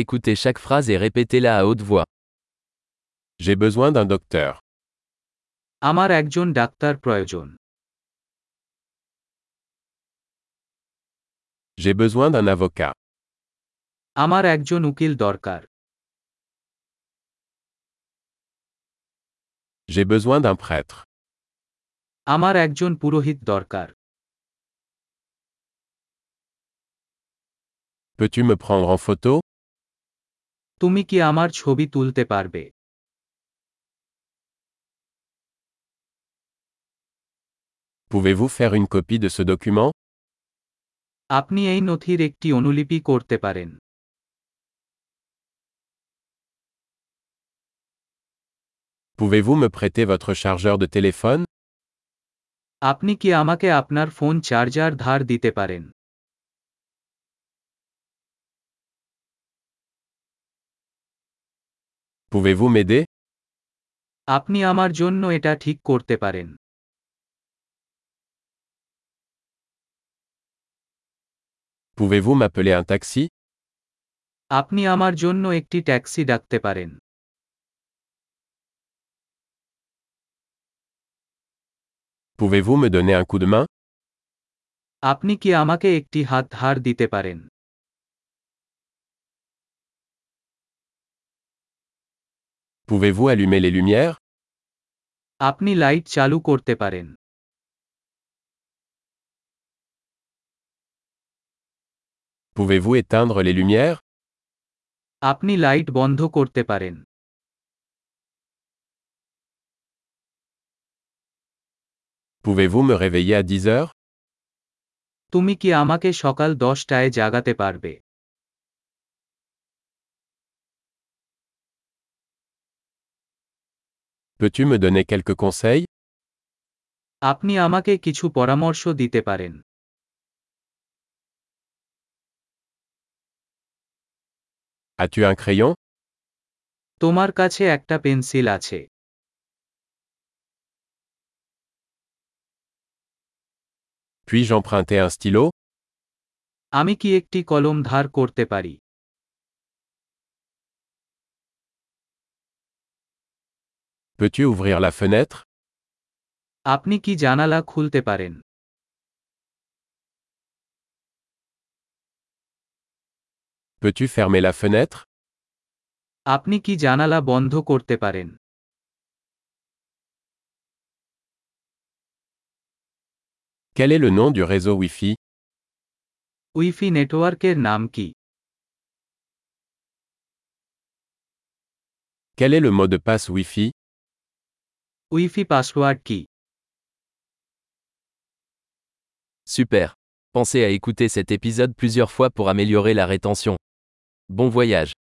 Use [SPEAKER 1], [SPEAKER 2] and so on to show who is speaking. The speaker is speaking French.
[SPEAKER 1] Écoutez chaque phrase et répétez-la à haute voix.
[SPEAKER 2] J'ai besoin d'un docteur.
[SPEAKER 3] আমার একজন ডাক্তার প্রয়োজন
[SPEAKER 2] J'ai besoin d'un avocat.
[SPEAKER 3] আমার একজন উকিল দরকার
[SPEAKER 2] J'ai besoin d'un prêtre.
[SPEAKER 3] আমার একজন পুরোহিত দরকার
[SPEAKER 2] Peux-tu me prendre en photo
[SPEAKER 3] তুমি কি আমার ছবি তুলতে পারবে
[SPEAKER 2] Pouvez-vous faire une copie de ce document
[SPEAKER 3] আপনি এই নথির একটি অনুলিপি করতে পারেন
[SPEAKER 2] Pouvez-vous me prêter votre chargeur de téléphone
[SPEAKER 3] আপনি কি আমাকে আপনার ফোন চার্জার ধার দিতে পারেন
[SPEAKER 2] Pouvez-vous m'aider
[SPEAKER 3] আপনি আমার জন্য এটা ঠিক করতে পারেন
[SPEAKER 2] Pouvez-vous m'appeler un taxi
[SPEAKER 3] আপনি আমার জন্য একটি ট্যাক্সি ডাকতে পারেন
[SPEAKER 2] Pouvez-vous me donner un coup de main
[SPEAKER 3] আপনি কি আমাকে একটি হাত ধার দিতে পারেন
[SPEAKER 2] Pouvez-vous allumer les lumières
[SPEAKER 3] আপনি লাইট চালু করতে পারেন
[SPEAKER 2] Pouvez-vous éteindre les lumières
[SPEAKER 3] আপনি লাইট বন্ধ করতে পারেন
[SPEAKER 2] Pouvez-vous me réveiller à 10 heures
[SPEAKER 3] তুমি কি আমাকে সকাল দশটায় জাগাতে পারবে
[SPEAKER 2] Peux-tu me donner quelques conseils
[SPEAKER 3] আপনি আমাকে কিছু পরামর্শ দিতে পারেন
[SPEAKER 2] As-tu un crayon
[SPEAKER 3] তোমার কাছে একটা পেন্সিল আছে
[SPEAKER 2] Puis-je emprunter un stylo
[SPEAKER 3] আমি কি একটি কলম ধার করতে পারি
[SPEAKER 2] Peux-tu ouvrir la fenêtre
[SPEAKER 3] আপনি কি জানালা খুলতে পারেন
[SPEAKER 2] Peux-tu fermer la fenêtre
[SPEAKER 3] আপনি কি জানালা বন্ধ করতে পারেন
[SPEAKER 2] Quel est le nom du réseau Wi-Fi
[SPEAKER 3] উইফি নেটওয়ার্কের নাম কি
[SPEAKER 2] Quel est le mot de passe Wi-Fi
[SPEAKER 3] উইফি পাসওয়ার্ড কি
[SPEAKER 1] Super. Pensez à écouter cet épisode plusieurs fois pour améliorer la rétention. Bon voyage.